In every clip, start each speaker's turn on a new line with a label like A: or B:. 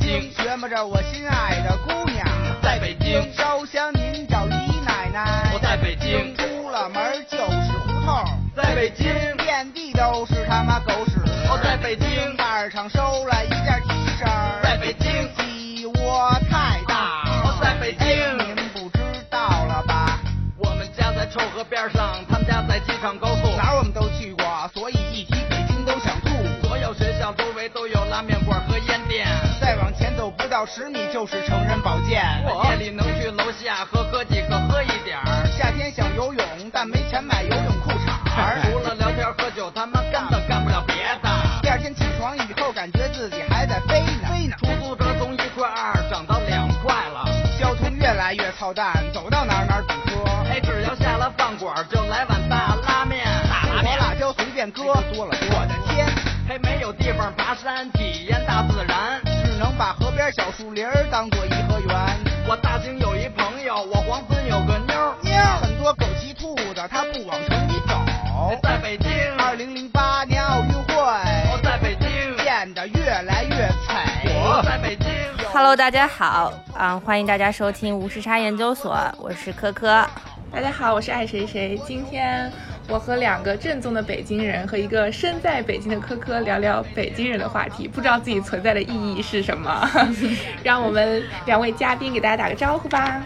A: 京，
B: 琢磨着我心爱的姑娘，
A: 在北京，
B: 烧香您找姨奶奶。
A: 我在北京，
B: 出了门就是胡同，
A: 在北京，
B: 遍地都是他妈狗屎。
A: 我在北京，
B: 二厂收了一件 T
A: 在
B: 恤，
A: 北京，
B: 鸡窝太大。哎
A: 我在北京。
B: 您不知道了吧？
A: 我们家在臭河边上，他们家在机场高速。
B: 哪儿我们都去过，所以一提北京都想吐。
A: 所有学校周围都有拉面馆和烟店。
B: 再往前走不到十米就是成人保健。
A: 我夜里能去楼下和哥几个喝一点儿，
B: 夏天想游泳，但没钱买游泳裤衩
A: 除
B: 儿。
A: 了聊天喝酒，他们根本干不了别的。
B: 第二天起床以后，感觉自己还在飞呢。飞呢
A: 出租车从一块二涨到两块了，
B: 交通越来越操蛋，走到哪儿哪儿堵车。
A: 哎，只要下了饭馆就来碗大拉面，大
B: 火辣椒随便搁，多了我的天，
A: 还没有地方爬山，体验大自然。
B: 只能把河边小树林儿当做颐和园。
A: 我大兴有一朋友，我黄村有个妞儿，
B: 妞儿很多狗急兔子，它不往城里走。
A: 在北京，
B: 二零零八年奥运
A: 哎我
B: 会
A: 在北京。
B: 变得越来越
A: 我
B: 惨。
A: 在北京。
C: Hello，大家好，啊、欢迎大家收听无时差研究所，我是科科。
D: 大家好，我是爱谁谁。今天我和两个正宗的北京人和一个身在北京的科科聊聊北京人的话题，不知道自己存在的意义是什 么。让我们两位嘉宾给大家打个招呼 吧。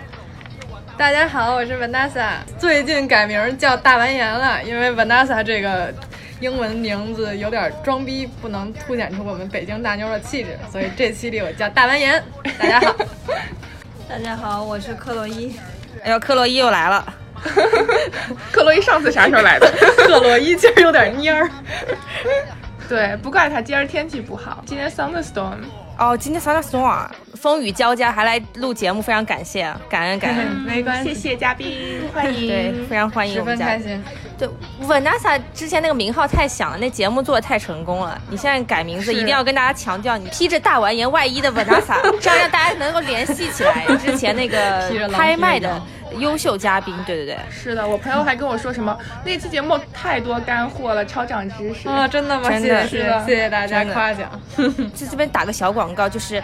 E: 大家好，我是 Vanessa，最近改名叫大完颜了，因为 Vanessa 这个英文名字有点装逼，不能凸显出我们北京大妞的气质，所以这期里我叫大 完颜。大家好，
C: 大家好，我是克洛伊。哎呦，克洛伊又来了。
D: 克洛伊上次啥时候来的？
E: 克洛伊今儿有点蔫儿。
D: 对，不怪他，今儿天气不好，今天 thunderstorm。
C: 哦，今天啥松啊？风雨交加还来录节目，非常感谢，啊感恩感 恩。
E: 嗯没关
D: 谢
E: 系，
D: 谢嘉宾，欢 迎。
C: 对，非常欢迎
E: 十
C: 我们
E: 分
C: 家
E: 开。心。
C: 对，Vanessa 之前那个名号太响了，那节目做的太成功了。你现在改名字，
E: 是
C: 一定要跟大家强调，你披着大完颜外衣的 Vanessa，这样让大家能够联系起来之前那
E: 披着
C: 个
E: 狼
C: 拍卖
E: 披着
C: 的
E: 羊
C: 优秀嘉宾。对对对。
D: 是的，我朋友还跟我说什么那期节目太多干货了，超长知识。
E: 啊、真的吗？
C: 真
E: 谢
C: 的
E: 谢
C: 是的
E: 谢谢大家
C: 真的
E: 夸奖。
C: 在这边打个小广告，就是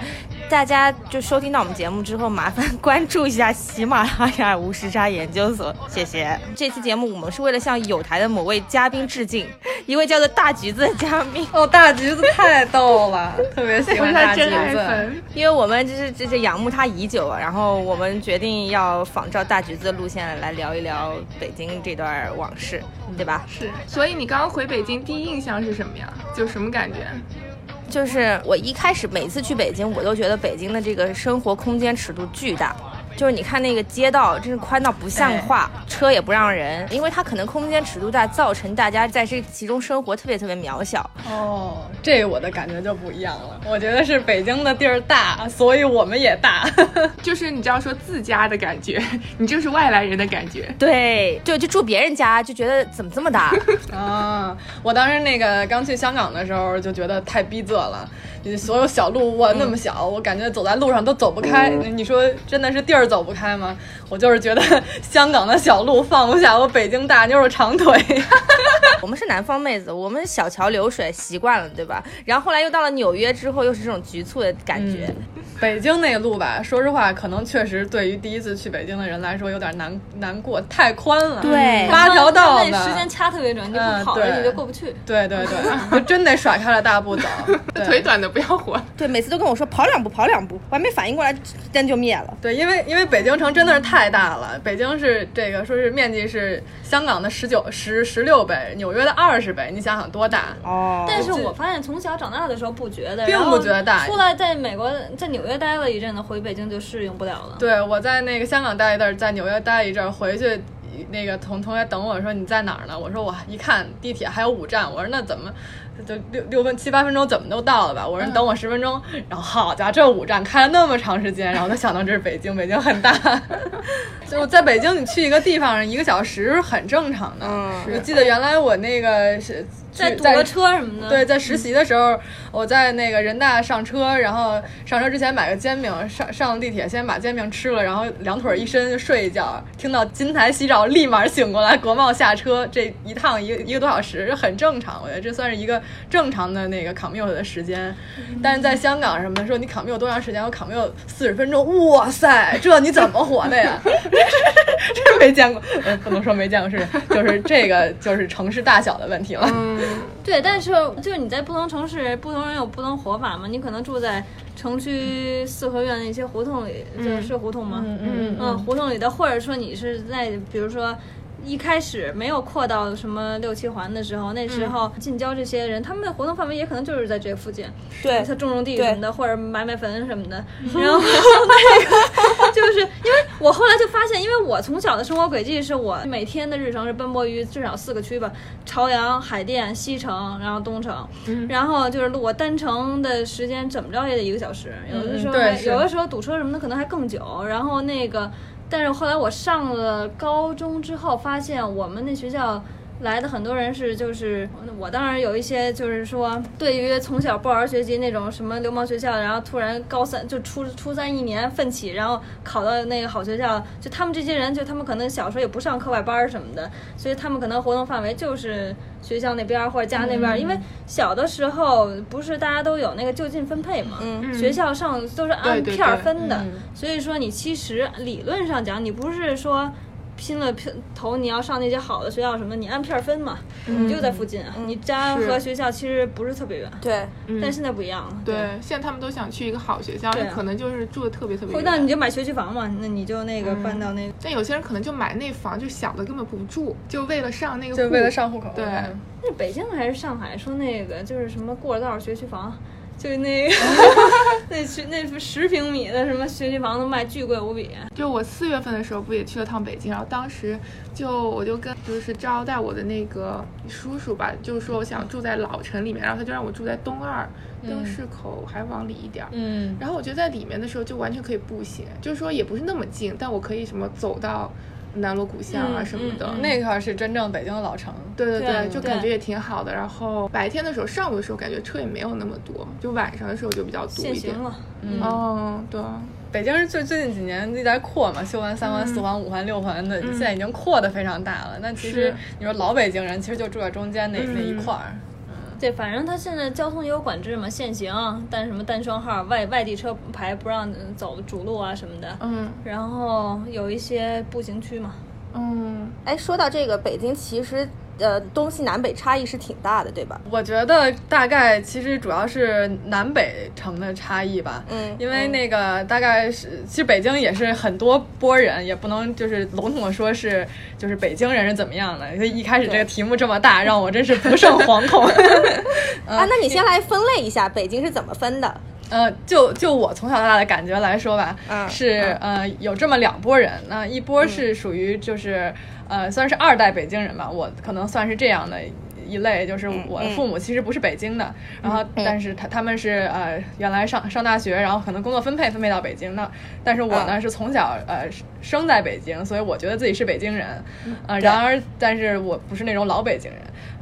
C: 大家就收听到我们节目之后，麻烦关注一下喜马拉雅无时差研究所，谢谢。这期节目我们是为了向有台的某位嘉宾致敬，一位叫做大橘子的嘉宾。
E: 哦，大橘子太逗了，特别喜
D: 我是
E: 欢
D: 他
E: 大橘
D: 真爱
E: 子。
D: 粉，
C: 因为我们这是这是仰慕他已久啊，然后我们决定要仿照大橘子的路线来聊一聊北京这段往事，对吧？
D: 是。所以你刚刚回北京第一印象是什么呀？就什么感觉？
C: 就是我一开始每次去北京，我都觉得北京的这个生活空间尺度巨大。就是你看那个街道，真是宽到不像话，车也不让人，因为它可能空间尺度大，造成大家在这其中生活特别特别渺小。
E: 哦，这我的感觉就不一样了。我觉得是北京的地儿大，所以我们也大。
D: 就是你知道说自家的感觉， 你就是外来人的感觉。
C: 对，对，就住别人家就觉得怎么这么大？
E: 啊，我当时那个刚去香港的时候就觉得太逼仄了，你所有小路哇那么小，我感觉走在路上都走不开。你说真的是地儿走不开吗？我就是觉得香港的小路放不下我北京大妞的长腿。
C: 我们是南方妹子，我们小桥流水习惯了，对吧？然后后来又到了纽约之后，又是这种局促的感觉。
E: 北京那路吧，说实话，可能确实对于第一次去北京的人来说有点难难过，太宽了，
C: 对
E: 八条道
F: 那时
E: 呢
F: 间。掐特别准，你就
E: 嗯
F: 不跑
E: 对
F: 了，你就过不去。
E: 对对对， 就真得甩开了大步走。对
D: 腿短的不要活，
C: 对，每次都跟我说跑两步，跑两步，我还没反应过来，灯就灭了。
E: 对，因为因为北京城真的是太大了，北京是这个说是面积是香港的十九十十六倍，纽约的二十倍，你想想多大？
C: 哦
F: 但是我发现从小长大的时候不觉得，
E: 并不觉得
F: 然后出来在美国在纽约待了一阵子，回北京就适应不了了。
E: 对我在那个香港待一阵儿，在纽约待一阵儿，回去那个同同学等我说你在哪儿呢？我说我一看地铁还有五站，我说那怎么？就六六分七八分钟怎么都到了吧？我说你等我十分钟，然后好家伙，这五站开了那么长时间，然后才想到这是北京，北京很大， 就在北京你去一个地方一个小时很正常的。我记得原来我那个是
F: 再
E: 去
F: 嗯堵个车什么的，
E: 对，，在实习的时候，我在那个人大上车，然后上车之前买个煎饼，上上地铁先把煎饼吃了，然后两腿一伸睡一觉，听到金台夕照，立马醒过来，国贸下车，这一趟一个一个多小时很正常，我觉得这算是一个正常的那个 commute 的时间。但是在香港什么的，说你 commute 多长时间？我 commute 四十分钟，哇塞，这你怎么活的呀？ 这没见过，呃，不能说没见过，是就是这个就是城市大小的问题了。
F: 对，但是就是你在不同城市，不同人有不同活法嘛。你可能住在城区四合院的一些胡同里，就是是胡同吗？嗯
E: 嗯
F: 胡同里的，或者说你是在比如说。一开始没有扩到什么六七环的时候，那
E: 嗯
F: 时候近郊这些人，他们的活动范围也可能就是在这附近，
C: 对
F: 像种种地
C: 对
F: 什么的，或者买买坟什么 的。然后那个就是因为我后来就发现，因为我从小的生活轨迹是我每天的日程是奔波于至少四个区吧，朝阳、海淀、西城，然后东城，
E: 嗯
F: 然后就是路我单程的时间怎么着也得一个小时，有的时候
E: 嗯对
F: 会
E: 是
F: 有的时候堵车什么的可能还更久。然后那个，但是后来我上了高中之后，发现我们那学校。来的很多人是就是我当然有一些就是说对于从小不好好学习那种什么流氓学校，然后突然高三就初初三一年奋起，然后考到那个好学校，就他们这些人就他们可能小时候也不上课外班儿什么的，所以他们可能活动范围就是学校那边儿或者家那边
D: 嗯
F: 儿，因为小的时候不是大家都有那个就近分配嘛，
C: 嗯
F: 学校上都是按
D: 对对嗯
F: 片儿
D: 对
F: 分的，所以说你其实理论上讲，你不是说。拼了拼头，你要上那些好的学校什么的，你按片儿分嘛，
D: 嗯
F: 你就在附近啊。你家
D: 是
F: 和学校其实不是特别远，
C: 对，
F: 但现在不一样了。
D: 嗯对，现在他们都想去一个好学校，
F: 对啊
D: 可能就是住的特别特别
F: 回
D: 远。
F: 到你就买学区房嘛，那你就那
D: 嗯
F: 个搬到那个。
D: 但有些人可能就买那房，就小的根本不住，就为了上那个户，嗯
E: 就为了上户口。哎
D: 对
F: 那北京还是上海说那个就是什么过了道儿学区房，就是 那个那学那十平米的什么学区房都卖巨贵无比。
D: 就我四月份的时候不也去了趟北京，然后当时就我就跟就是招待我的那个叔叔吧，就是说我想住在老城里面，然后他就让我住在东二灯市口还往里一点儿。
E: 嗯，
D: 然后我觉得在里面的时候就完全可以步行，就是说也不是那么近，但我可以什么走到南锣鼓巷啊
F: 嗯
D: 什么的。
E: 那块儿是真正北京的老城。
D: 对对
F: 对
D: 对，就感觉也挺好的。然后白天的时候，上午的时候感觉车也没有那么多，就晚上的时候就比较多
F: 限
D: 一点
F: 行。了，
D: 嗯，对，
E: 北京就最近几年一直在扩嘛，修完三环、四环、五环、六环的，现在已经扩得非常大了。那其实
D: 是
E: 你说老北京人，其实就住在中间那那一块儿。
F: 对，反正它现在交通也有管制嘛，限行，但什么单双号，外外地车牌不让呃走主路啊什么的。
D: 嗯
F: 然后有一些步行区嘛，
D: 嗯，
C: 哎，说到这个，北京其实呃东西南北差异是挺大的，对吧？
E: 我觉得大概其实主要是南北城的差异吧。
C: 嗯
E: 因为那个大概是，其实北京也是很多波人，也不能就是笼统的说是就是北京人是怎么样的。所以一开始这个题目这么大，让我真是不胜惶恐。嗯
C: 啊，那你先来分类一下北京是怎么分的？
E: 呃，就就我从小到大的感觉来说吧，
C: 嗯
E: 是呃有这么两拨人，那一波是属于就是、呃算是二代北京人吧，我可能算是这样的。一类就是
C: 嗯
E: 我父母其实不是北京的，然后但是他他们是呃原来上上大学，然后可能工作分配分配到北京的，但是我呢、
C: 嗯
E: 是从小呃生在北京，所以我觉得自己是北京人，
C: 嗯
E: 呃然而但是我不是那种老北京人，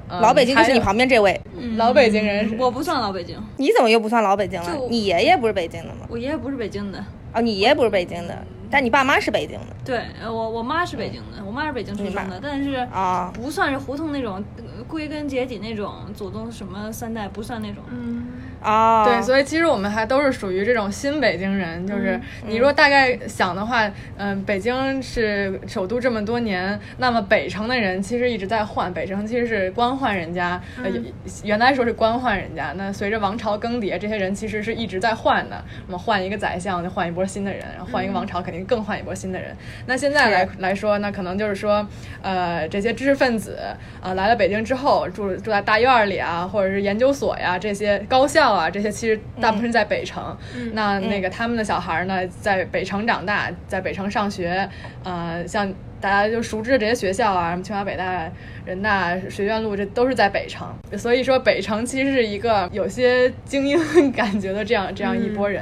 E: 呃
C: 老北京就是
E: 还
C: 你
E: 有
C: 旁边嗯这位，
E: 老北京人是
F: 嗯我不算老北京，
C: 你怎么又不算老北京了
F: 就？
C: 你爷爷不是北京的吗？
F: 我爷爷不是北京的。
C: 哦，你爷爷不是北京的，但你爸妈是北京的
F: 对，呃我我妈是北京
E: 嗯
F: 的，我妈是北京出生的，但是
C: 啊。
F: 不算是胡同那种，呃归根结底那种祖宗什么三代不算那种。
C: 哦，
E: 对，
C: 以
E: 所以其实我们还都是属于这种新北京人，就是你如果大概想的话，嗯、北京是首都这么多年，那么北城的人其实一直在换，北城其实是官宦人家，呃，原来说是官宦人家，那随着王朝更迭，这些人其实是一直在换的，那么换一个宰相就换一波新的人，然后换一个王朝肯定更换一波新的人。那现在来来说，那可能就是说，呃，这些知识分子啊、呃来了北京之后，住住在大院儿里啊，或者是研究所呀，这些高校啊，这些其实大部分是在北城。那那个他们的小孩儿呢，在北城长大，在北城上学，呃，像。大家就熟知的这些学校啊，什么清华、北大、人大、学院路，这都是在北城。所以说，北城其实是一个有些精英 感觉的这样这样一拨人。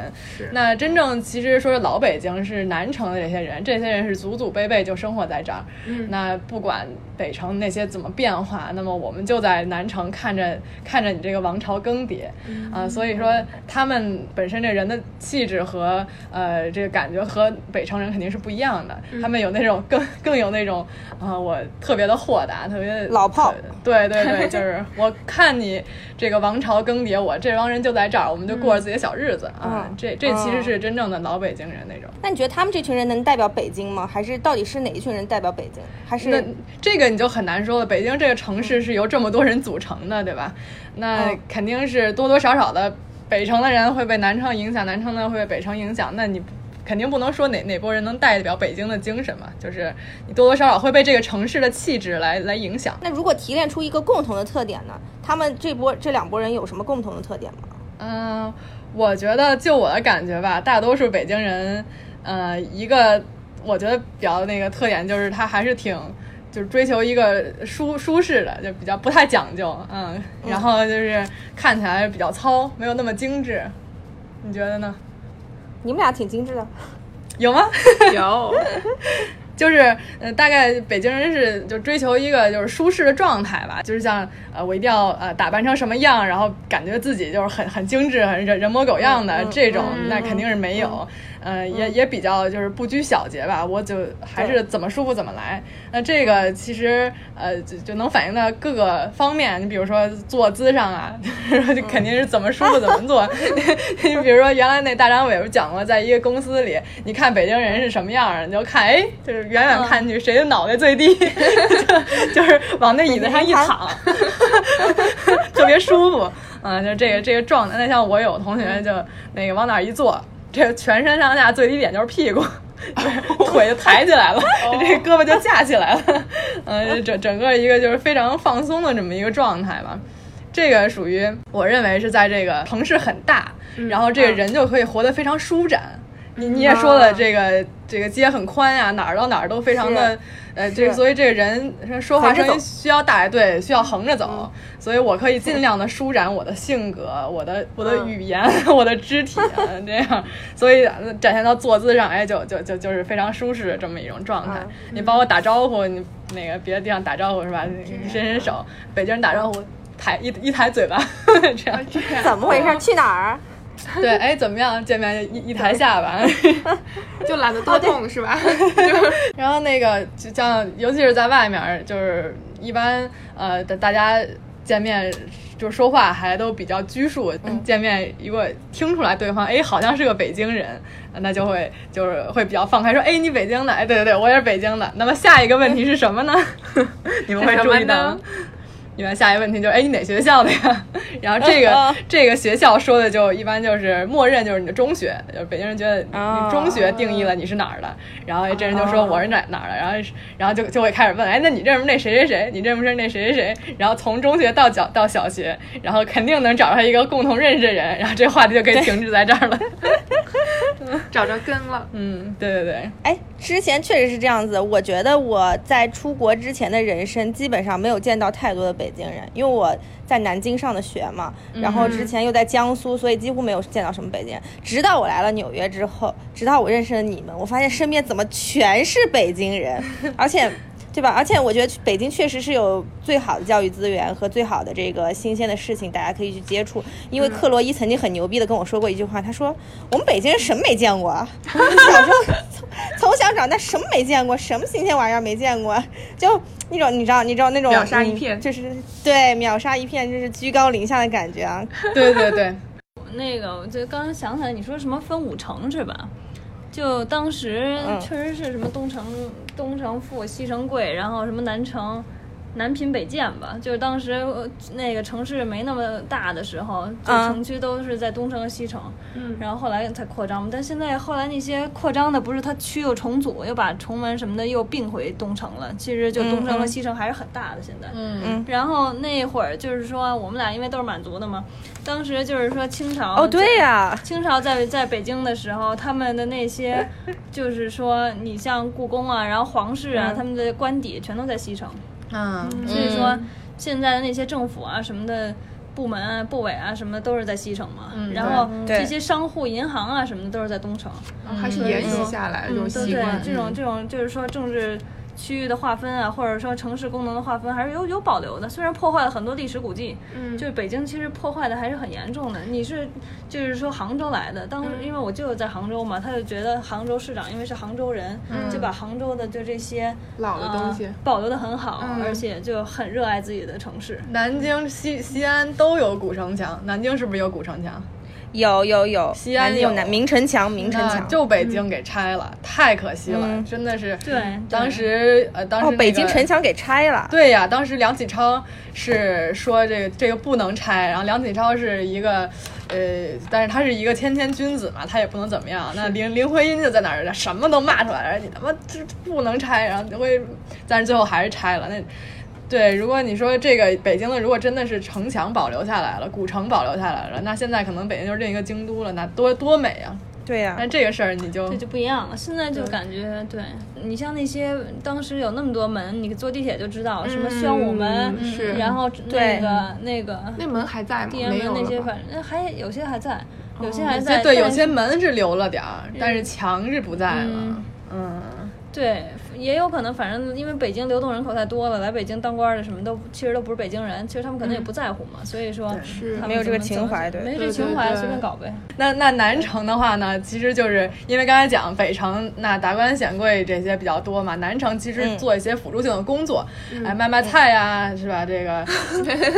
E: 那真正其实说是老北京是南城的这些人， 这些人是祖祖辈辈就生活在这儿。那不管北城那些怎么变化，那么我们就在南城看着看着你这个王朝更迭，啊，所以说他们本身这人的气质和呃这个感觉和北城人肯定是不一样的，他们有那种更更有那种啊、我特别的豁达，特别
C: 老炮。
E: 对对对，就是我看你这个王朝更迭，我这帮人就在这儿，我们就过着自己的小日子、啊
C: 嗯。
E: 这这其实是真正的老北京人那种。
C: 那你觉得他们这群人能代表北京吗？还是到底是哪一群人代表北京？还
E: 那
C: 是
E: 这个你就很难说了。北京这个城市是由这么多人组成的，对吧？那
C: 嗯
E: 肯定是多多少少的，北城的人会被南城影响，南城的会被北城影响。那你肯定不能说哪哪波人能代表北京的精神嘛？就是你多多少少会被这个城市的气质来来影响。
C: 那如果提炼出一个共同的特点呢？他们这波这两拨人有什么共同的特点吗？
E: 嗯，我觉得就我的感觉吧，大多数北京人，呃，一个我觉得比较那个特点就是他还是挺。就是追求一个舒舒适的，就比较不太讲究，嗯，然后就是看起来比较糙，没有那么精致，你觉得呢？
C: 你们俩挺精致 的，
E: 有吗？
D: 有，
E: 就是呃，大概北京人是就追求一个就是舒适的状态吧，就是像呃，我一定要呃打扮成什么样，然后感觉自己就是很很精致、很人人模狗样的、
C: 嗯
E: 这种，
D: 嗯
E: 那肯定是没有。呃，也也比较就是不拘小节吧，我就还是怎么舒服怎么来。那这个其实呃就就能反映到各个方面，你比如说坐姿上啊， 就肯定是怎么舒服怎么坐。 你比如说原来那大张伟不讲过，在一个公司里，你看北京人是什么样儿，你就看哎，就是远远看去谁的脑袋最低， 就就是往那椅子上一躺， 特别舒服。嗯，就这个这个状态。那像我有同
C: 嗯
E: 学就那个往哪儿一坐，这全身上下最低点就是屁股。腿就抬起来了，
C: 哦
E: 这胳膊就架起来了，嗯，整整个一个就是非常放松的这么一个状态吧。这个属于我认为是在这个城市很大，
C: 嗯
E: 然后这个人就可以活得非常舒展。你你也
C: 啊
E: 说了，这个这个街很宽呀、哪儿到哪儿都非常的
C: 是，
E: 呃，这个
C: 是
E: 所以这个人说话
C: 横着
E: 声
C: 走
E: 音
C: 嗯
E: 需要大，对，需要横着走，所以我可以尽量的舒展我的性格、我的我的
C: 嗯
E: 语言、 我的 肢体啊这样，所以呃展现到坐姿上，哎，就就就就是非常舒适的这么一种状态
C: 嗯。嗯
E: 你包括打招呼，你那个别的地方打招呼是吧？你伸伸手，北京人打招呼抬一一抬嘴巴 这
C: 啊
E: 样，
D: 这样
C: 怎么回事？去哪儿？啊
E: 对，哎，怎么样？见面一一抬下巴。
D: 就懒得多动是吧？
E: 然后那个就像，尤其是在外面儿，就是一般呃，大大家见面就说话还都比较拘束。见面如果听出来对方哎好像是个北京人，呃那就会就是会比较放开说哎你北京的，哎对对对，我也是北京的。那么下一个问题是什么呢？ 你们会注意到吗。你们下一个问题就是，哎，你哪学校的呀？ 然后这个这个学校说的就一般就是呃默认就是你的中学，就是北京人觉得你中学定义了你是哪儿的，然后哎这人就说我是哪哪儿的，然后然后就就会开始问，哎，那你认识那谁谁谁？你认不认识那谁谁谁？然后从中学到小到小学，然后肯定能找到一个共同认识的人，然后这话题就可以停止在这儿了。
D: 找着根了，
E: 嗯，对对对，
C: 哎，之前确实是这样子。我觉得我在出国之前的人生，基本上没有见到太多的北京人，因为我在南京上的学嘛，然后之前又在江苏，所以几乎没有见到什么北京人。直到我来了纽约之后，直到我认识了你们，我发现身边怎么全是北京人，而且。对吧？而且我觉得北京确实是有最好的教育资源和最好的这个新鲜的事情，大家可以去接触。因为克洛伊曾经很牛逼的跟我说过一句话，他说：“我们北京人什么没见过 啊？我小时候从从小长大什么没见过，什么新鲜玩意儿没见过，就那种你知道你知道那种
D: 秒杀一
C: 嗯
D: 片
C: 就是对秒杀一片，就是居高临下的感觉啊。
E: 对对对，
F: 那个，我就刚刚想起来，你说什么分五城是吧？就当时
C: 嗯
F: 确实是什么东城、东城富、西城贵，然后什么南城、南贫北贱吧。就是当时呃那个城市没那么大的时候，就
C: 嗯
F: 城区都是在东城和西城，
D: 嗯
F: 然后后来才扩张嘛。但现在后来那些扩张的，不是它区又重组，又把崇文什么的又并回东城了。其实就东
C: 嗯
F: 城和
C: 嗯
F: 西城还是很大的，现在。
E: 嗯
C: 嗯，
F: 然后那会儿就是说，我们俩因为都是满族的嘛，当时就是说清朝
C: 哦，对、呀、
F: 清朝在在北京的时候，他们的那 些就是说，你像故宫啊，然后皇室啊，
C: 嗯
F: 他们的官邸全都在西城，
E: 啊，嗯
F: 所以说现在的那些政府啊什么的。部门啊、部委啊什么的都是在西城嘛，
E: 嗯
F: 然后
C: 对
F: 这些商户、银行
E: 嗯
F: 啊什么的都是在东城。
D: 还是沿袭下来的这种
F: 嗯对
D: 习
F: 对
D: 惯，，嗯
F: 这种这种就是说政治区域的划分啊，或者说城市功能的划分，还是有有保留的。虽然破坏了很多历史古迹，
D: 嗯
F: 就是北京其实破坏的还是很严重的。你是就是说杭州来的，当时
D: 嗯
F: 因为我舅舅在杭州嘛，他就觉得杭州市长因为是杭州人，就把杭州的就这些
D: 老的
F: 呃
D: 嗯东西
F: 保留的很好，
D: 嗯
F: 而且就很热爱自己的城市。
E: 南京、西西安都有古城墙，南京是不是有古城墙？
C: 有有有，
E: 西安
C: 南京有嗯
E: 有
C: 南明城墙，明城
E: 那
C: 墙。
E: 就北京给拆了，太可惜了，
C: 嗯
E: 真的是。
F: 对
E: 当时呃，当时、
C: 哦
E: 那，个
C: 北京城。墙给拆了。
E: 对呀，当时梁启超是说这个这个不能拆，然后梁启超是一个，呃，但是他是一个谦谦君子嘛，他也不能怎么样。那林林徽因就在那儿什么都骂出来了，你他妈这不能拆，然后就会，但是最后还是拆了。那对，如果你说这个北京的，如果真的是城墙保留下来了，古城保留下来了，那现在可能北京就是另一个京都了，那多多美啊！
C: 对呀、
E: 但这个事儿你就
F: 这就不一样了。现在就感觉，对你像那些当时有那么多门，你坐地铁就知道，什么宣武门，
D: 是
F: 然后
C: 对
F: 那个那个
D: 那门还在吗？
F: 地安
D: 没
F: 门
D: 有
F: 那
D: 了
F: 些，
D: 吧
F: 反正还有些还在，有些还
E: 有
F: 在。
E: 些对，有
F: 但是
E: 些门是留了点儿，但是墙是不在了。嗯，
F: 对，也有可能，反正因为北京流动人口太多了，来北京当官的什么都其实都不是北京人，其实他们可能也不在乎嘛，所以说
E: 对
D: 是
F: 他们
C: 没有这个
F: 怎么
C: 情
F: 怎么
C: 怀对
F: 没有这
D: 对
F: 个情
D: 对
F: 怀，
D: 对
F: 随便搞呗。
E: 那那南城的话呢，其实就是因为刚才讲北城，那达官显贵这些比较多嘛，南城其实
C: 嗯
E: 做一些辅助性的工作，哎，卖卖菜呀、是吧？这 个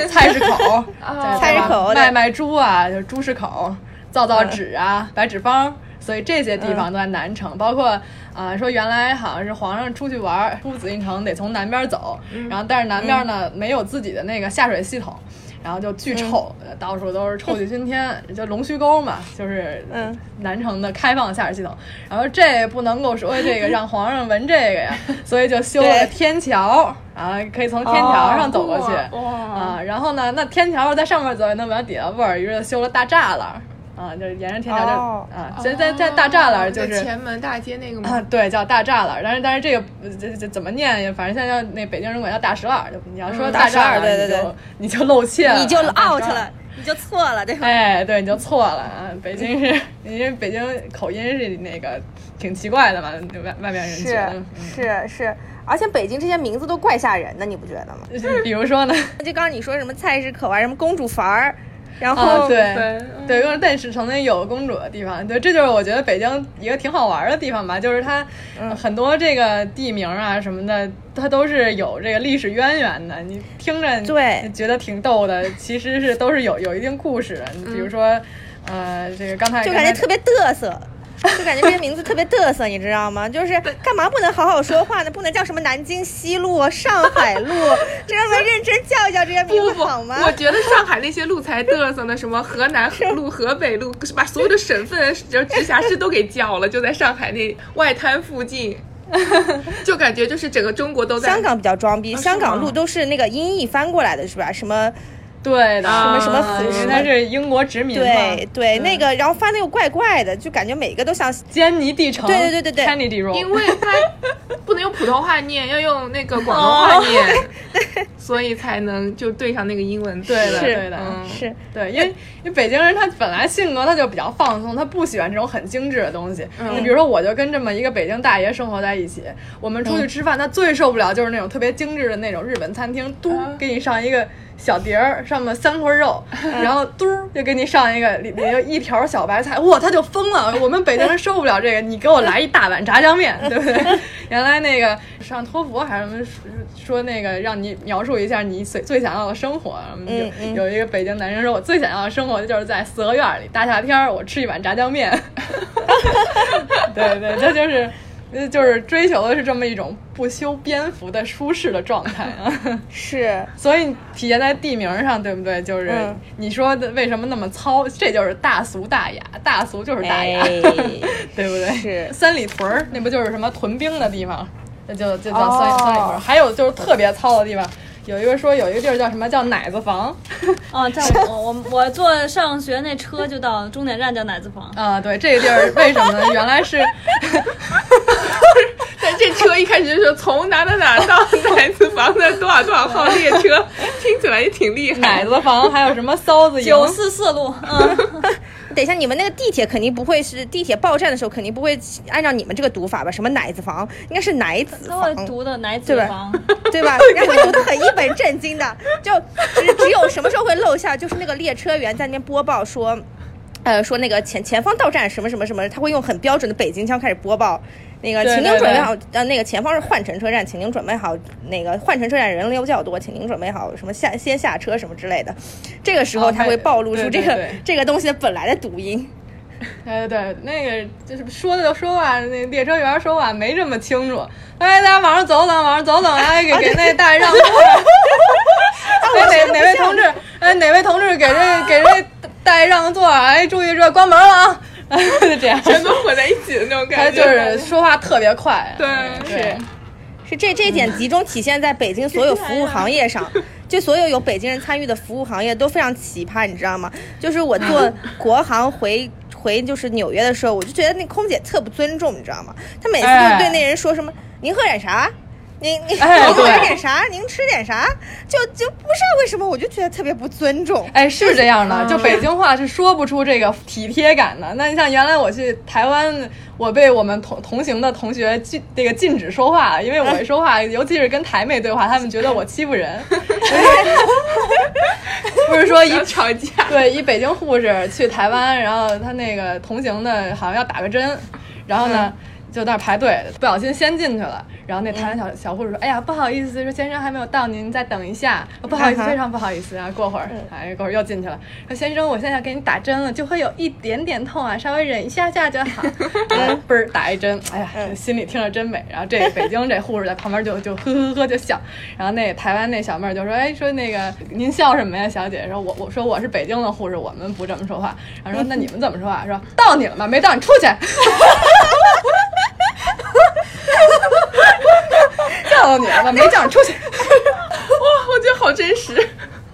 E: 菜市口，
D: 啊
E: 对
C: 菜市
E: 吧
C: 口
E: 卖
C: 对
E: 卖猪啊，就是猪市口，造造
C: 嗯
E: 纸啊，摆纸坊。所以这些地方都在南城，包括啊、说原来好像是皇上出去玩儿，出紫禁城得从南边走，
C: 嗯
E: 然后但是南边呢、没有自己的那个下水系统，然后就巨
C: 嗯
E: 臭，呃到处都是臭气熏天，就龙须沟嘛，就是
C: 嗯
E: 南城的开放下水系统。然后这不能够说这个让皇上闻这个呀， 所以就修了
C: 对
E: 天桥，啊，可以从天桥上走过去。
C: 哦
D: 哇，
C: 嗯
E: 啊，然后呢，那天桥在上面走也弄不了底下味儿，于是修了大栅栏，啊，就是沿着天桥就、
C: 哦
E: 啊，所以在在大栅栏就
D: 哦在
E: 是
D: 前门大街那个
E: 啊，
D: 吗？
E: 对，叫大栅栏，但是但是这个呃这这怎么念呀？反正现在叫那北京人管叫大石栏，就你要说
C: 嗯大
E: 栅栏，
C: 石栏对
E: 你
C: 对
E: 就你就露怯了，
C: 你就
E: 大石
C: out
E: 栏
C: 了，你就错了，对吧？
E: 哎，对，你就错了啊！北京是，因为北京口音是那个挺奇怪的嘛，外外面人觉得，
C: 是是，而且北京这些名字都怪吓人的，你不觉得吗？
E: 嗯就是比如说呢，
C: 就刚刚你说什么菜市口啊，什么公主房儿，然后、
E: 啊，对
D: 对，
C: 嗯
E: 对，因为但是曾经有公主的地方，对，这就是我觉得北京一个挺好玩的地方吧，就是它
C: 嗯
E: 呃很多这个地名啊什么的，它都是有这个历史渊源的。你听着，
C: 对
E: 觉得挺逗的，其实是都是有有一定故事的。你比如说，呃，这个刚才
C: 嗯就感觉
E: 刚才
C: 特别嘚瑟。就感觉这些名字特别嘚瑟，你知道吗？就是干嘛不能好好说话呢？不能叫什么南京西路、啊上海路，啊这让人认真叫一叫这些名
D: 不
C: 字
D: 不，
C: 好吗？
D: 我觉得上海那些路才嘚瑟呢，什么河南路、河北路，把所有的省份、就直辖市都给叫了，就在上海那外滩附 近，就感觉就是整个中国都在
C: 香港比较装逼，
D: 啊是
C: 香港
D: 吗嗯
C: 路都是那个音译翻过来的，是吧？什么
E: 对的，
D: 什么什么
E: 啊因为
C: 什么
E: 它是英国殖民嘛，
C: 对对，那个然后翻的又怪怪的，就感觉每个都像
E: 坚尼地城，
C: 对对对对对
E: ，Kennedy Road，
D: 因为 它不能用普通话念，要用那个广东
E: 哦
D: 话念，所以才能就对上那个英文字。
E: 对的
C: 是
E: 对的，
D: 嗯
C: 是
E: 对，因为因为北京人他本来性格他就比较放松，他不喜欢这种很精致的东西。你比如说，我就跟这么一个北京大爷生活在一起，我们出
C: 嗯
E: 去吃饭，他最受不了就是那种特别精致的那种日本餐厅，嘟
C: 嗯
E: 给你上一个小碟儿，上面三块肉，
C: 嗯
E: 然后嘟就给你上一个里里就一条小白菜，哇，他就疯了。我们北京人受不了这个，你给我来一大碗炸 酱面，对不对？原来那个上托福还是什么说那个让你描述一下你最最想要的生活，然后就
C: 嗯嗯
E: 有有一个北京男生说，我最想要的生活就是在四合院里，大夏天儿我吃一碗炸酱面。 对对，这就是。呃就是追求的是这么一种不修边幅的舒适的状态啊，
C: 是
E: 所以体现在地名上，对不对？就是
C: 嗯
E: 你说的为什么那么糙，这就是大俗大雅，大俗就是大雅，
C: 哎
E: 对不对？
C: 是
E: 三里屯儿，那不就是什么屯兵的地方？那就就叫三、
C: 哦
E: 三里屯儿。还有就是特别糙的地方，有一个说有一个地儿叫什么叫奶子房
F: 哦，在我我我坐上学那车就到终点站叫奶子坊，
E: 啊，对，这个地儿为什么呢？原来是
D: 但这车一开始就说从哪哪哪 到哪子房的多少多少号列车，听起来也挺厉害
E: 奶。子房，还有什么骚子营，
F: 九四四路，嗯，
C: 等一下，你们那个地铁肯定不会是地铁报站的时候，肯定不会按照你们这个读法吧？什么奶子房，应该是奶子
F: 都会
C: 房，
F: 读的奶
C: 对
F: 子
C: 吧
F: 房，？
C: 对吧？人家会读的很一本正经的，就只只有什么时候会漏下，就是那个列车员在那边播报说，呃，说那个前前方到站什么什么什么，他会用很标准的北京腔开始播报。那个，
E: 对
C: 请您
E: 对
C: 准备
E: 对
C: 好，呃，那个前方是换乘车站，请您准备好。那个换乘车站人流较多，请您准备好什么下先下车什么之类的。这个时候
E: 哦
C: 他
E: 对
C: 会暴露
E: 对
C: 出这
E: 对
C: 个
E: 对
C: 这个东西的本来的读音。
E: 对哎对对，那个就是说的都说完，那列车员说完没这么清楚。哎，大家往上走走，往上走走，哎，给给那大爷让路。哎，哪哪位同志？哎，哪位同志给这给这大爷让个座儿？哎，注意这关门了啊！ 哎，就这样，
D: 全都混在一起的 那种
E: 他
D: 感觉，
E: 就是说话特别快。啊
D: 对
E: 对
C: 是这这一点集中体现在北京所有服务行业 上，就所有有北京人参与的服务行业都非常奇葩，你知道吗？就是我 坐国航回回就是纽约的时候，我就觉得那空姐特不尊重，你知道吗？她每次都对那人说什么“您喝点啥”。您您您
E: 哎
C: 喝
E: 对
C: 点啥？您吃点啥？就就不知道为什么，我就觉得特别不尊重。
E: 哎，是这样的，就
D: 嗯
E: 北京话是说不出这个体贴感的。那你像原来我去台湾，我被我们同同行的同学禁那个禁止说话，因为我一说话，尤其是跟台妹对话，他们觉得我欺负人。 不是说一
D: 要吵架。
E: 对，一北京护士去台湾，然后他那个同行的好像要打个针，然后呢。就在那儿排队，不小心先进去了。然后那台湾小、小护士说：“哎呀，不好意思，说先生还没有到，您再等一下。不好意思，
C: 啊哈
E: 非常不好意思啊，过会儿，哎，过会儿又进去了。说先生，我现在要给你打针了，就会有一点点痛啊，稍微忍一下下就好。然后嘣儿打一针，哎呀， 心里听着真美。然后这北京这护士在旁边就就呵呵呵就笑，然后那台湾那小妹儿就说：“哎，说那个您笑什么呀，小姐？”说我我说我是北京的护士，我们不这么说话。然后说那你们怎么说话？说到你了吗？没到你出去。 叫到你了 吗？没叫你出去。
D: 哇，我觉得好真实。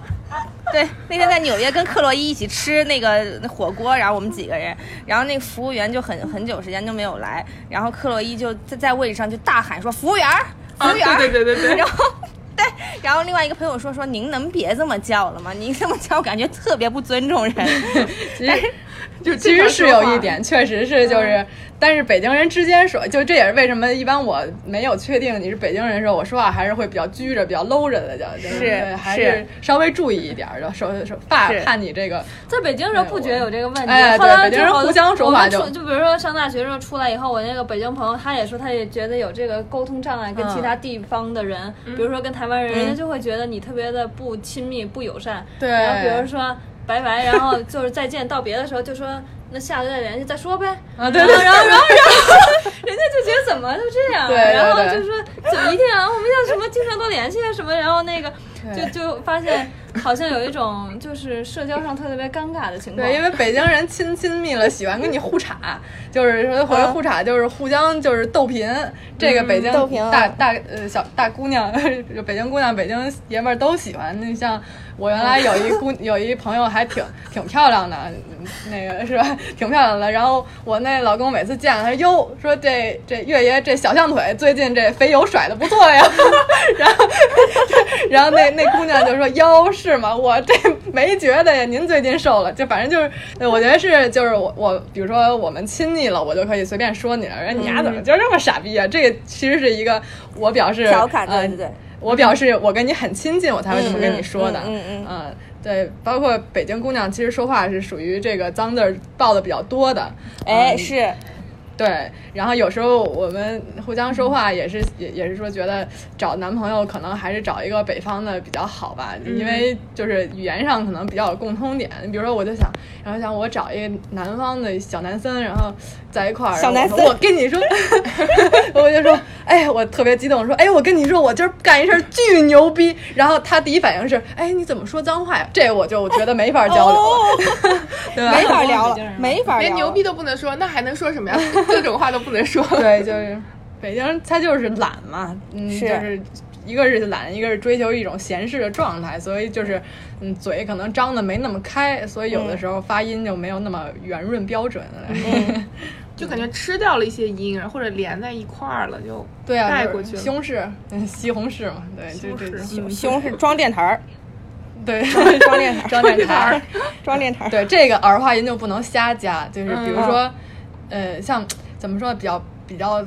C: 对，那天在纽约跟克洛伊一起吃那个火锅，然后我们几个人，然后那个服务员就很很久时间都没有来，然后克洛伊就在在位置上就大喊说：“服务员儿，服
D: 啊，
C: 务员儿！”
D: 对对对对对
C: 然，后。 对，然后另外一个朋友说说您能别这么叫了吗？您这么叫我感觉特别不尊重人。
E: 其实
D: 就
E: 其实是
D: 正常说话
E: 有一， 点，确实是就是，但是北京人之间说，就这也是为什么一般我没有确定你是北京人的时候，我说话还是会比较拘着、比较搂着的，叫就是对还
C: 是
E: 是稍微注意一点儿，就说说怕
C: 是
E: 怕你这个
F: 在北京的时候不觉得有这个问题，
E: 哎
F: 后来
E: 对北京人
F: 之后
E: 互相说话
F: 我们
E: 就
F: 出就比如说上大学的时候出来以后，我那个北京朋友他也说他也觉得有这个沟通障碍，跟
E: 嗯
F: 其他地方的人，比如说跟台湾人，人家就会觉得你特别的不亲密、不友善。
E: 对
F: 然后比如说拜拜，然后就是再见道别的时候就说。那下次再联系再说呗。
E: 啊， 对对，然 后然后
F: 人家就觉得怎么就这样，啊
E: 对对
F: 然后
E: 对
F: 就说怎么一定啊，我们要什么经常多联系啊什么，然后那个就
E: 对
F: 就发现好像有一种就是社交上特别尴尬的情况。
E: 对，因为北京人亲亲密了，喜欢跟你互茬，就是说或者互茬就是互相就是斗贫。这个北京
C: 嗯斗贫啊
E: 大大呃小大姑娘，就北京姑娘、北京爷们儿都喜欢。你像我原来有一姑
C: 嗯
E: 有一朋友还挺挺漂亮的，那个是吧？挺漂亮的。然后我那老公每次见了，他说哟，说这这月爷这小象腿最近这肥油甩的不错呀。然后然后那那姑娘就说：“哟，是吗？我这没觉得呀，您最近瘦了。”就反正就是，呃我觉得是就是我我，比如说我们亲昵了，我就可以随便说你了。人你丫怎么
C: 嗯
E: 就这么傻逼啊？这个其实是一个我表示
C: 调侃
E: 呃
C: 对对对
E: 我表示我跟你很亲近，我才会这么跟你说的。
C: 嗯嗯嗯嗯
E: 嗯对，包括北京姑娘，其实说话是属于这个脏字儿报的比较多的。
C: 哎，
E: 嗯
C: 是
E: 对，然后有时候我们互相说话也是也也是说觉得找男朋友可能还是找一个北方的比较好吧，
C: 嗯
E: 因为就是语言上可能比较有共通点。比如说我就想，然后想我找一个南方的小男生，然后在一块儿，
C: 小男
E: 然后
C: 生
E: 我我跟你说， 我就说，哎，我特别激动，说，哎，我跟你说，我今儿干一事儿巨牛逼。然后他第一反应是，哎，你怎么说脏话呀？这我就觉得没法交流了， 对吧？
C: 哦没法聊了，没法聊
D: 连
C: 了。
D: 牛逼都不能说，那还能说什么呀？各种话都不能 说。
E: 对，就是北京人，他就是懒嘛，嗯，
C: 是
E: 就是一个是懒，一个是追求一种闲适的状态，所以就是嗯，嘴可能张的没那么开，所以有的时候发音就没有那么圆润标准。
D: 就感觉吃掉了一些音，然后或者连在一块儿了，就
E: 对啊，
D: 带
E: 就是
D: 过去了
E: 西红柿，嗯西红柿嘛，对，
D: 西
E: 就
D: 红
E: 这
D: 柿
E: 西
C: 西红柿装电台儿，
E: 对，
C: 装电台，
E: 装电台，
C: 装电台。
E: 对这个儿化音就不能瞎加，就是比如说，呃，像怎么说比较比较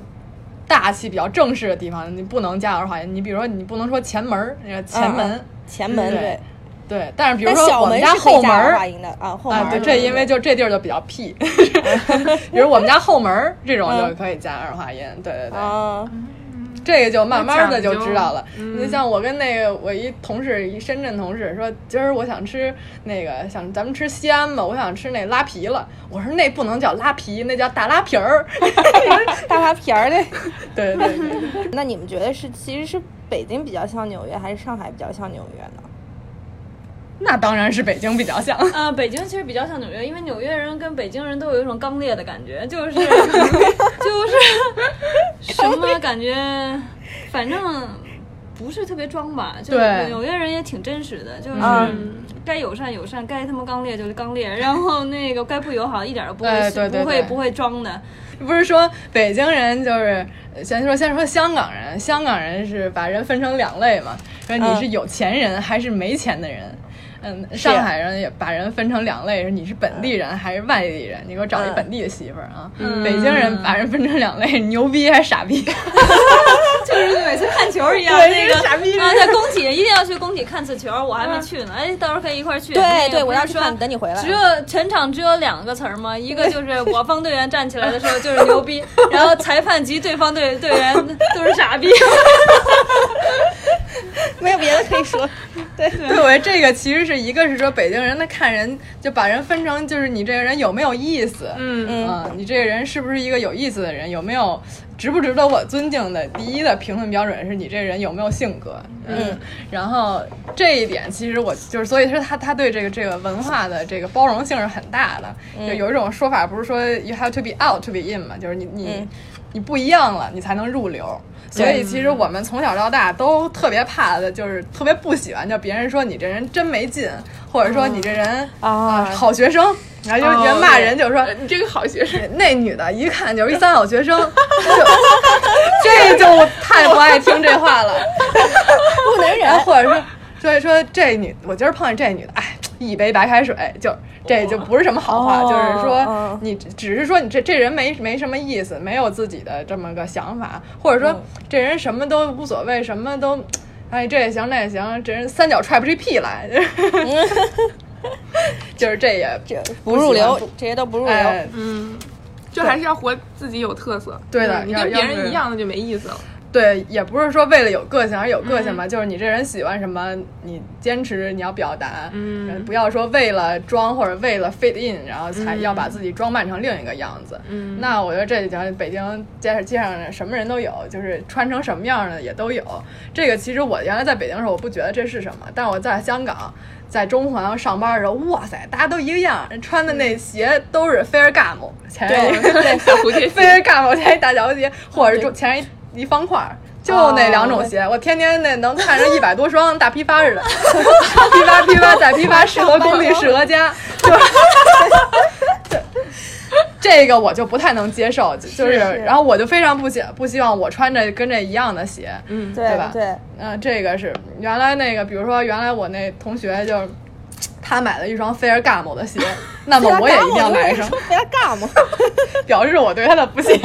E: 大气、比较正式的地方，你不能加儿化音。你比如说，你不能说前门儿，那个前门，
C: 前门
E: 对
C: 对，
E: 对。但是比如
C: 但
E: 说
C: 小
E: 我们
C: 门
E: 家
C: 是可
E: 后
C: 以
E: 门
C: 加儿
E: 儿
C: 化音的啊，后门
E: 啊，
C: 儿
E: 对，
C: 的
E: 这因为就这地儿就比较 屁，比如我们家后门儿这种就可以加儿化音，对对对。
C: 啊，
E: 这个就慢慢的就知道了。
D: 讲究嗯
E: 你就像我跟那个我一同事，一深圳同事说，今儿我想吃那个，想咱们吃西安吧，我想吃那拉皮了。我说那不能叫拉皮，那叫大拉皮儿。
C: 大花瓶儿的。
E: 对对对，
C: 那你们觉得是其实是北京比较像纽约，还是上海比较像纽约呢？
E: 那当然是北京比较像。
F: 呃，北京其实比较像纽约，因为纽约人跟北京人都有一种刚烈的感觉， 就是就是什么感觉，反正不是特别装吧。就是
E: 对
F: 纽约人也挺真实的，就是
C: 嗯
F: 该友善友善，该他妈刚烈就是刚烈，然后那个该不友好一点儿都不会
E: 哎对对
F: 不会
E: 对
F: 不会装的。
E: 不是说北京人就是，呃先说先说香港人，香港人是把人分成两类嘛，说你是有钱人还是没钱的人。嗯，上海人也把人分成两类，是你是本地人还是外地人？你给我找一
C: 嗯
E: 本地的媳妇儿啊！北京人把人分成两类，牛逼还是傻逼？
F: 就是每次看球一样，
E: 对
F: 那
E: 这
F: 个
E: 个傻逼嗯
F: 啊，在工体一定要去工体看次球，我还没去呢，哎，到时候可以一块儿去。那
C: 对
F: 个
C: 对，
F: 不
C: 我
F: 是
C: 要去
F: 说
C: 看，等你 回来。
F: 只有全场只有两个词儿吗？一个就是我方队员站起来的时候就是牛逼，然后裁判及对方队队员都是傻 逼。
C: 没有别的可以说。对，
E: 对，我觉得这个其实是一个是说北京人，他看人就把人分成就是你这个人有没有意思，
D: 嗯
C: 嗯
E: 啊，你这个人是不是一个有意思的人？有没有值不值得我尊敬的？第一的评论标准是你这人有没有性格，
C: 嗯，
E: 然后这一点其实我就是，所以说他他对这个这个文化的这个包容性是很大的。
C: 嗯
E: 就有一种说法不是说 you have to be out to be in 嘛，就是你你、
C: 嗯
E: 你不一样了，你才能入流。所以其实我们从小到大都特别怕的，就是特别不喜欢，就别人说你这人真没劲，或者说你这人、
D: 嗯
C: 啊
E: 好学生，然
D: 啊
E: 后就人骂人就是说。
D: 呃你这个好学生，
E: 那女的一看就是一三好学生， 就这就太不爱听这话了，不能忍。或者说，所以说这女，我今儿碰见这女的，哎，一杯白开水，就这就不是什么好话，
C: 哦
E: 就是
C: 哦
E: 说你只只是说你这这人没没什么意思，没有自己的这么个想法，或者说、这人什么都无所谓，什么都。哎，这也行，那也行，这人三脚踹不出一屁来， 就是这也
C: 这
E: 不
C: 不入
E: 喜欢
C: 流
E: 不，
C: 这些都不入
E: 哎
C: 流。，
D: 嗯，就还是要活自己有特色。
E: 对的
D: 嗯你
E: 要
D: 跟别
E: 要是
D: 人一样的就没意思了。
E: 对，也不是说为了有个性而有个性
D: 嗯
E: 吧，就是你这人喜欢什么，你坚持你要表达，
D: 嗯
E: 呃不要说为了装或者为了 fit in，然后才要把自己装扮成另一个样子。
D: 嗯
E: 那我觉得这几条北京街街上什么人都有，就是穿成什么样的也都有。这个其实我原来在北京的时候，我不觉得这是什么，但我在香港。在中环上班的时候，哇塞，大家都一个样，人穿的
D: 嗯
E: 那鞋都是菲尔盖姆，前面
C: 对
E: 一个
D: 小蝴蝶
E: 非得干我前一大脚鞋，或者是中前面一一方块儿，就那两种鞋，我天天那能看着一百多双，大批发似的，批发批发再批发，适合工地适合家，就是。这个我就不太能接受，就就是，然后我就非常不希不希望我穿着跟这一样的鞋，
D: 嗯，
E: 对
C: 对
E: 吧
C: 对，
E: 嗯、这个是原来那个，比如说原来我那同学就是，他买了一双菲尔盖姆的鞋， 那么我也一定要买一 双，
C: 被他干嘛？
E: 表示我对他的 不屑。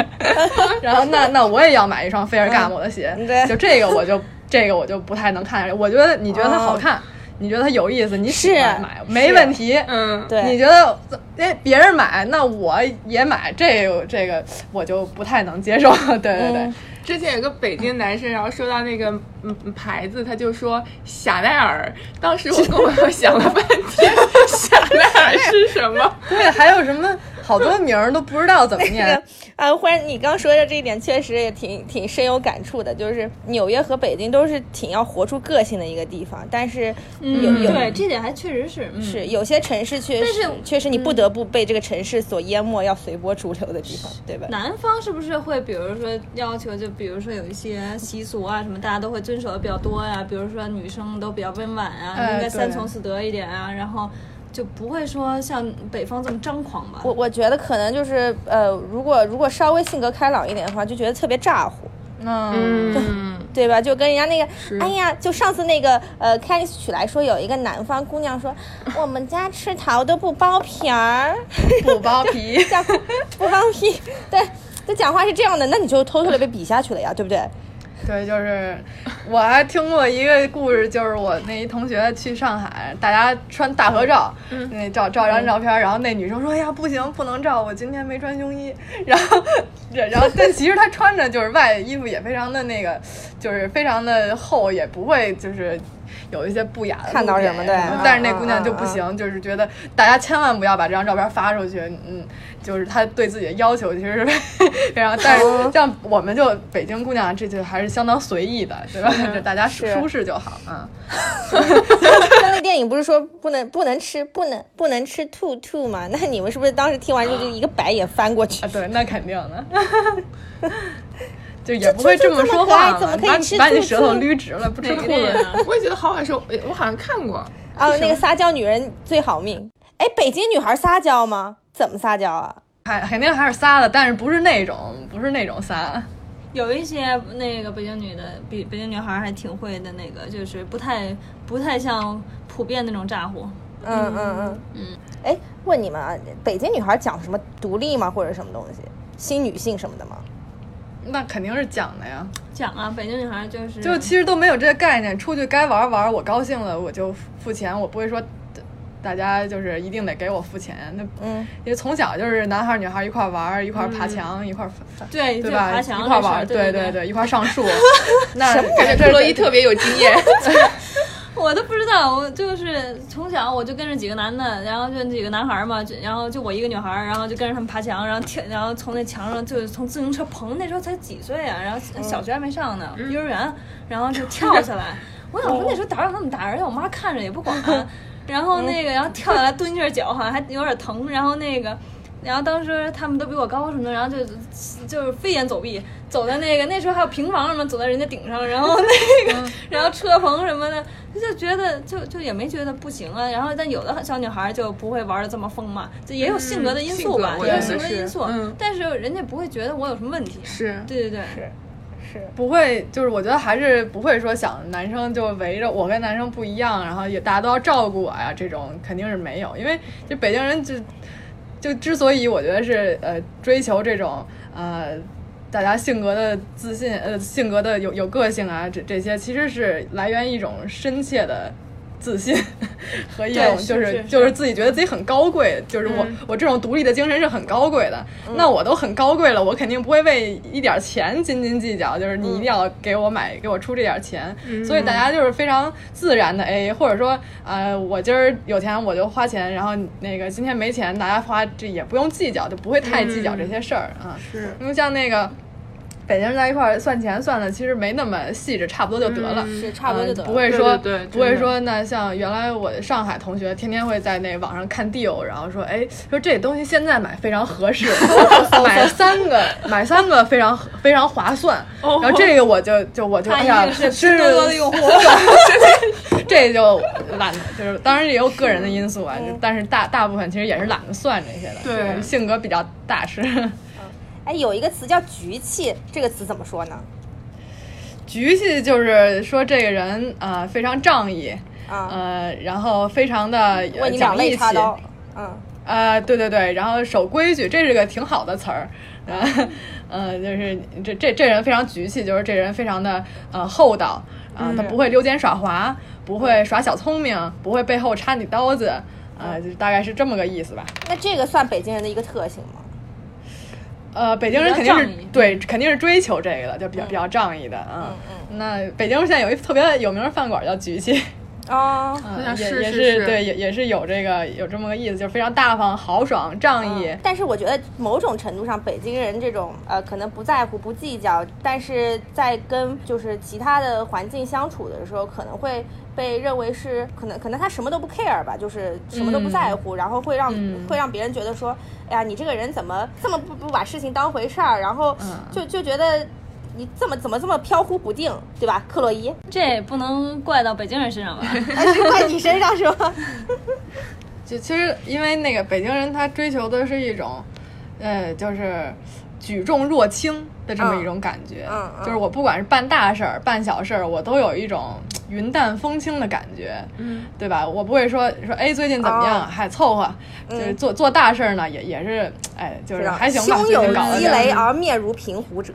E: 然后那那我也要买一双菲尔盖姆的鞋，
C: 嗯对
E: 就这个我就 这个我就不太能看下去。我觉得你觉得它好看，你觉得它有意思，你喜欢
C: 是啊
E: 买没问题。
D: 嗯，
C: 对，
E: 你觉得哎别人买，那我也买，这个这个我就不太能接受。 对对对，
C: 嗯
D: 之前有个北京男生，然后说到那个嗯嗯牌子，他就说香奈儿。当时我跟我朋友想了半天， 香奈儿是什么？
E: 对，还有什么好多名儿都不知道怎么
C: 这
E: 念
C: 个。啊，忽然你刚说的这一点，确实也挺挺深有感触的。就是纽约和北京都是挺要活出个性的一个地方，但是 有、
F: 嗯，
C: 有
F: 对，这点还确实是，嗯、
C: 是有些城市确
F: 但
C: 实
F: 是
C: 确实你
E: 嗯
C: 不得不被这个城市所淹没，要随波逐流的地方，对吧？
F: 南方是不是会，比如说要求，就比如说有一些习俗啊，什么大家都会遵守的比较多呀、比如说女生都比较温婉啊，
E: 哎
F: 应该三
E: 对
F: 从四德一点啊，然后就不会说像北方这么张狂吧？
C: 我我觉得可能就是呃，如果如果稍微性格开朗一点的话，就觉得特别咋呼。
E: 嗯，
D: 嗯，
C: 对吧？就跟人家那
E: 是
C: 个，哎呀，就上次那个呃开 a 曲来说，有一个南方姑娘说，我们家吃桃都不剥皮儿，，
E: 补包皮
C: 讲不剥皮， 对，这讲话是这样的，那你就偷偷的被比下去了呀，对不对？
E: 对，就是我还听过一个故事，就是我那一同学去上海，大家穿大合照，那照照张照片，然后那女生说：“哎呀，不行，不能照，我今天没穿胸衣。”然后，然后但其实她穿着就是外衣服也非常的那个，就是非常的厚，也不会就是。有一些不雅的
C: 看到
E: 露点
C: 什么对
E: 呀
C: 嗯
E: 但是那姑
C: 嗯
E: 娘就不
C: 嗯
E: 行，就是觉得大家千万不要把这张照片发出去，嗯，就是她对自己的要求其实是 非常，但
C: 哦
E: 是像我们就北京姑娘这就还是相当随意的，对吧？就大家
C: 是
E: 舒
C: 啊
E: 舒适就好，嗯，
C: 像那电影不是说不能不能吃不能不能吃兔兔吗？那你们是不是当时听完之后就一个白眼翻过去
E: 啊，？对，那肯定的， 就也不会么说
C: 这这这么
E: 话嘛，
C: 可爱
E: 把
C: 怎么可以吃
E: 把你
C: 兔
E: 舌头
C: 兔
E: 捋直了，不吃
D: 哪个
E: 兔子
D: 电影啊？我也觉得好眼熟，哎我好像看过。
C: 哦，那个撒娇女人最好命。哎，北京女孩撒娇吗？怎么撒娇啊？
E: 还肯定还是撒的，但是不是那种不是那种撒，
F: 有一些那个北京女的，比北京女孩还挺会的，那个就是不太不太像普遍那种咋呼。
C: 嗯嗯嗯
F: 嗯。
C: 哎，问你们啊，北京女孩讲什么独立吗？或者什么东西？新女性什么的吗？
E: 那肯定是讲的呀。
F: 讲啊，北京女孩就是
E: 就其实都没有这个概念，出去该玩玩，我高兴了我就付钱，我不会说大家就是一定得给我付钱，那
C: 嗯，
E: 因为从小就是男孩儿女孩儿一块儿玩儿，一块儿爬墙，一块儿翻翻
F: 嗯对
E: 对
F: 就
E: 吧？
F: 爬墙
E: 一块儿
F: 这事儿
E: 玩儿，
F: 对
E: 对
F: 对对
E: 对，一块儿上 树。那
C: 什么
E: 感觉
D: 特
E: 这
D: 洛伊特别有经验，
F: 我都不知道，我就是从小我就跟着几个男的，然后就几个男孩儿嘛，就然后就我一个女孩儿，然后就跟着他们爬墙，然后跳，然后从那墙上就是从自行车棚，那时候才几岁啊，然后
E: 嗯
F: 小学还没上呢，幼儿园，然后就跳下来。我想说那时候胆儿有那么大，而且我妈看着也不管。然后那个，然后跳下来蹲下脚，好像还有点疼。然后那个，然后当时他们都比我高什么的，然后就就是飞檐走壁，走在那个那时候还有平房什么，走在人家顶上，然后那个，然后车棚什么的，就觉得就就也没觉得不行啊。然后但有的小女孩就不会玩的这么疯嘛，就也有性格的因素吧
D: 嗯性，格
F: 也有
D: 我觉得
F: 性格的
E: 是
F: 因素
E: 嗯。
F: 但是人家不会觉得我有什么问题。
D: 是
F: 对对对，
E: 不会，就是我觉得还是不会说想男生就围着我跟男生不一样，然后也大家都要照顾我呀，这种肯定是没有，因为就北京人就就之所以我觉得是呃追求这种呃大家性格的自信呃性格的有有个性啊这这些，其实是来源于一种深切的。自信和一种
F: 对是
E: 就是
F: 是
E: 就是自己觉得自己很高贵，就是我、我这种独立的精神是很高贵的。那我都很高贵了，我肯定不会为一点钱斤斤计较，就是你一定要给我买，给我出这点钱。所以大家就是非常自然的 AA，或者说呃，我今儿有钱我就花钱，然后那个今天没钱大家花，这也不用计较，就不会太计较这些事儿啊。
D: 是
E: 因为像那个。北京人在一块儿算钱算的，其实没那么细致，差不多就得了。
C: 是差不多就得
E: 嗯不
C: 了。
E: 会说
D: 对对对
E: 不会
D: 真的
E: 说那像原来我上海同学天天会在那网上看 deal，然后说哎说这东西现在买非常合 适，买三个买三个非常非常划算，
D: 哦
E: 然后这个我就就我就哎
F: 他
E: 呀
F: 一定是
E: 真
F: 拼多多的用户。
E: 这就懒得，就是当然也有个人的因素啊，
F: 哦
E: 就但是大大部分其实也是懒得算这些的，
D: 对
E: 就是性格比较大是。
C: 哎，有一个词叫局气，这个词怎么说呢？
E: 局气就是说这个人啊、呃非常仗义，
C: 啊，
E: 呃，然后非常的
C: 为
E: 呃
C: 你
E: 讲
C: 两
E: 义
C: 肋
E: 气，
C: 插刀。嗯，
E: 呃，对对对，然后守规矩，这是个挺好的词儿， 呃，呃，就是这这这人非常局气，就是这人非常的呃厚道，
C: 嗯
E: 啊、他不会溜肩耍滑，不会耍小聪明，不会背后插你刀子，
C: 嗯
E: 呃，就大概是这么个意思吧。
C: 那这个算北京人的一个特性吗？
E: 呃，北京人肯定是
F: 比较仗义
E: 对，肯定是追求这个的，就比
C: 嗯
E: 较比较仗义的啊。那北京现在有一特别有名的饭馆叫局气，
C: 哦，
E: 啊
D: 像
E: 也
D: 是
E: 也
D: 是是
E: 对，也也是有这个有这么个意思，就是非常大方、豪爽、仗义。
C: 但是我觉得某种程度上，北京人这种呃，可能不在乎、不计较，但是在跟就是其他的环境相处的时候，可能会被认为是可能可能他什么都不 care 吧，就是什么都不在乎，然后会让、
E: 嗯
C: 会让别人觉得说，哎呀，你这个人怎么这么不不把事情当回事儿，然后
E: 嗯
C: 就就觉得你这么怎么这么飘忽不定，对吧？克洛 伊，
F: 这也不能怪到北京人身上吧？
C: 哎，是怪你身上是吗？
E: 就其实因为那个北京人他追求的是一种，呃，就是举重若轻的这么一种感觉。
C: 嗯嗯
E: 就是我不管是办大事儿、办小事儿，我都有一种云淡风轻的感觉，
D: 嗯，
E: 对吧？我不会说说哎最近怎么样，
C: 哦
E: 还凑合，就是
C: 嗯
E: 做做大事儿呢，也也是哎就
C: 知
E: 是
C: 道
E: 还行吧，
C: 胸
E: 最
C: 有
E: 近搞得
C: 积
E: 这样
C: 雷而面如平湖者。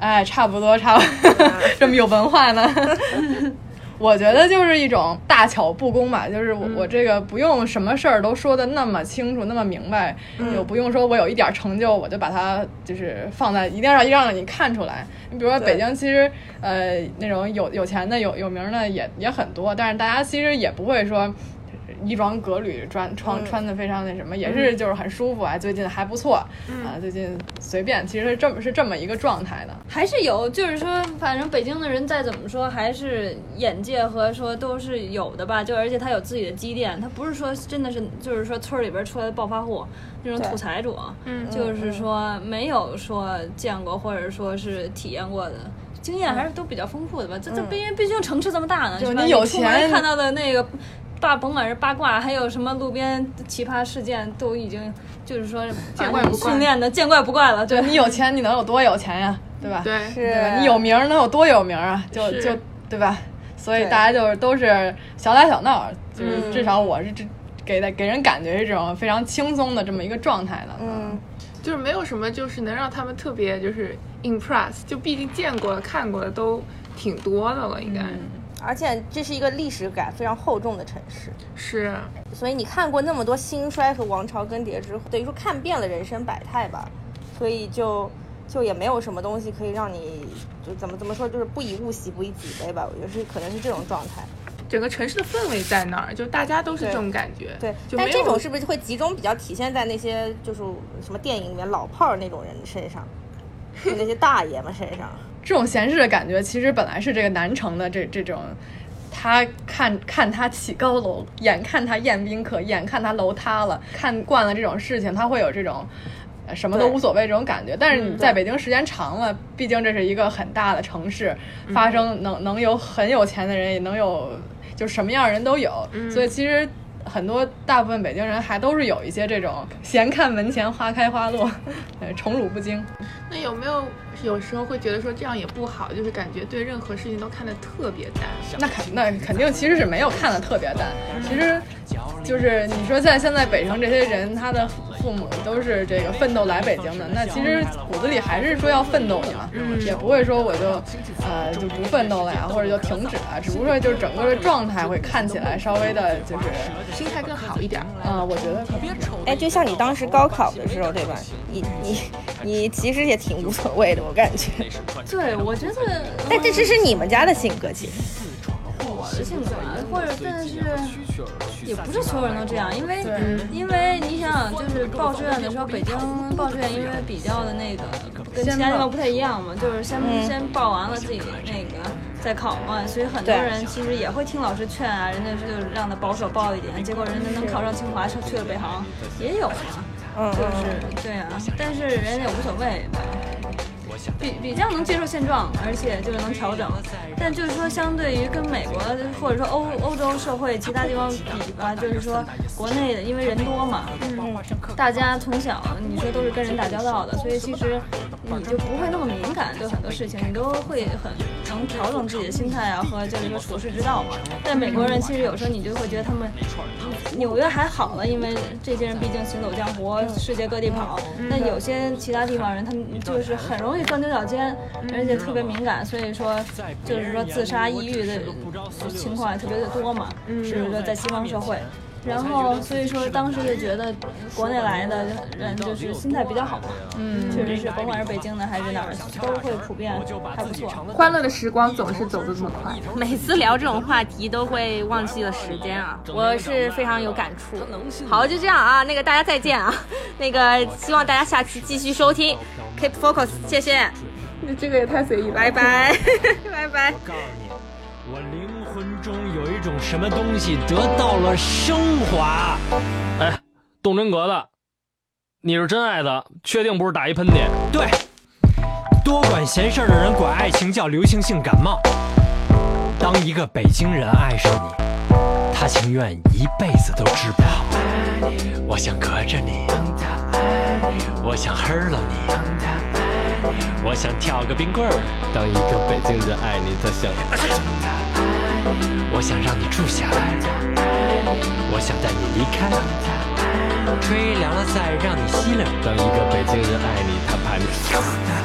E: 哎，差不多，差不 多，这么有文化呢。我觉得就是一种大巧不工吧，就是
C: 嗯
E: 我、我这个不用什么事儿都说的那么清楚，那么明白，
C: 嗯
E: 也不用说我有一点成就，我就把它就是放在，一定要让你看出来。你比如说
C: 对
E: 北京，其实呃那种有有钱的、有有名儿的也也很多，但是大家其实也不会说。衣装革履，穿穿
C: 嗯嗯
E: 穿的非常那什么，也是就是很舒服啊，最近还不错啊，最近随便，其实是这么是这么一个状态的。
F: 还是有，就是说，反正北京的人再怎么说，还是眼界和说都是有的吧。就而且他有自己的积淀，他不是说真的是就是说村儿里边出来的暴发户那种土财主，
D: 嗯
F: 就是说没有说见过或者说是体验过的。经验还是都比较丰富的吧，这这毕竟毕竟城市这么大呢，
E: 就是
F: 吧
E: 你有
F: 出门
E: 钱
F: 看到的那个八，甭管是八卦，还有什么路边奇葩事件，都已经就是说把
D: 见怪
F: 你
D: 不怪
F: 训练的见怪不怪了，对
E: 对你有钱，你能有多有钱呀？对吧？
D: 对，
E: 对吧，你有名儿能有多有名儿啊？就是就对吧？所以
C: 对
E: 大家就是都是小打小闹，就是
C: 嗯
E: 至少我是这给的给人感觉是这种非常轻松的这么一个状态的。
C: 嗯，
D: 就是没有什么就是能让他们特别就是 impress，就毕竟见过的、看过的都挺多的了，应该、
C: 而且这是一个历史感非常厚重的城市，
D: 是啊
C: 所以你看过那么多兴衰和王朝更迭之后，等于说看遍了人生百态吧，所以就就也没有什么东西可以让你就怎么怎么说，就是不以物喜，不以己悲吧。我觉得是可能是这种状态。
D: 整个城市的氛围在那儿，就大家都是
C: 对
D: 这种感觉。
C: 对，
D: 就
C: 但
D: 没有
C: 这种是不是会集中比较体现在那些就是什么电影里面老炮儿那种人身上，就那些大爷们身 上？
E: 这种闲适的感觉，其实本来是这个南城的这这种。他看看他起高楼，眼看他宴宾客，眼看他楼塌了，看惯了这种事情，他会有这种呃什么都
C: 对
E: 无所谓这种感觉。但是你在北京时间长了，毕竟这是一个很大的城市，发生能能有很有钱的人，也能有就什么样的人都有。所以其实很多大部分北京人还都是有一些这种闲看门前花开花落， 呃宠辱不惊。
D: 那有没有有时候会觉得说这样也不好，就是感觉对任何事情都看得特别淡。
E: 那肯那肯定其实是没有看的特别淡，
D: 嗯
E: 其实就是你说在现在北城这些人，他的父母都是这个奋斗来北京的，那其实骨子里还是说要奋斗的嘛，
D: 嗯
E: 也不会说我就呃就不奋斗了呀，或者就停止了，只不过就是整个的状态会看起来稍微的就是，
D: 心态更好一点儿。
E: 啊、我觉得可能是
C: 哎，就像你当时高考的时候，对吧？你你你其实也挺无所谓的，我感觉。
F: 对，我觉得。
C: 但这只是你们家的性格，其实。
F: 我的性格啊，或者但是也不是所有人都这样，因为
C: 嗯
F: 因为你想想，就是报志愿的时候，北京报志愿因为比较的那个跟其他地方不太一样嘛，就是先、
C: 嗯
F: 先报完了自己那个再考嘛，所以很多
C: 对
F: 人其实也会听老师劝啊，人家就是让他保守报一点，结果人家能考上清华，去去了北航，也有啊，
C: 嗯，
F: 就是对啊，但是人家也无所谓吧。比比较能接受现状，而且就是能调整，但就是说，相对于跟美国或者说欧欧洲社会其他地方比吧，就是说国内的，因为人多嘛，大家从小你说都是跟人打交道的，所以其实你就不会那么敏感对很多事情，你都会很能调整自己的心态啊和就是说处事之道嘛。但美国人其实有时候你就会觉得他们，纽约还好了，因为这些人毕竟行走江湖，世界各地跑。但有些其他地方人，他们就是很容易钻牛角尖，而且特别敏感，所以说就是说自杀、抑郁的情况也特别的多嘛，是说在西方社会。然后，所以说当时就觉得国内来的人就是心态比较好嘛，嗯，确实是，甭管是北京的还是哪儿，都会普遍还不错。
D: 欢乐的时光总是走得这么快。
G: 每次聊这种话题都会忘记了时间啊，我是非常有感触。好，就这样啊，那个大家再见啊， 那个希望大家下期继续收听，Keep Focus，谢谢，
D: 那这个也太随意了。
G: 拜拜， 拜拜。
H: 告诉你，我灵魂中有一种什么东西得到了升华。哎，动真格的，你是真爱的，确定不是打一喷嚏？对，多管闲事儿的人管爱情叫流行性感冒。当一个北京人爱上你，他情愿一辈子都治不好。我想隔着你，我想 hurt 了你，我想跳个冰棍儿。当一个北京人爱你，他想，我想让你住下来，我想带你离开，吹凉了再让你吸溜。当一个北京人爱你，他怕你。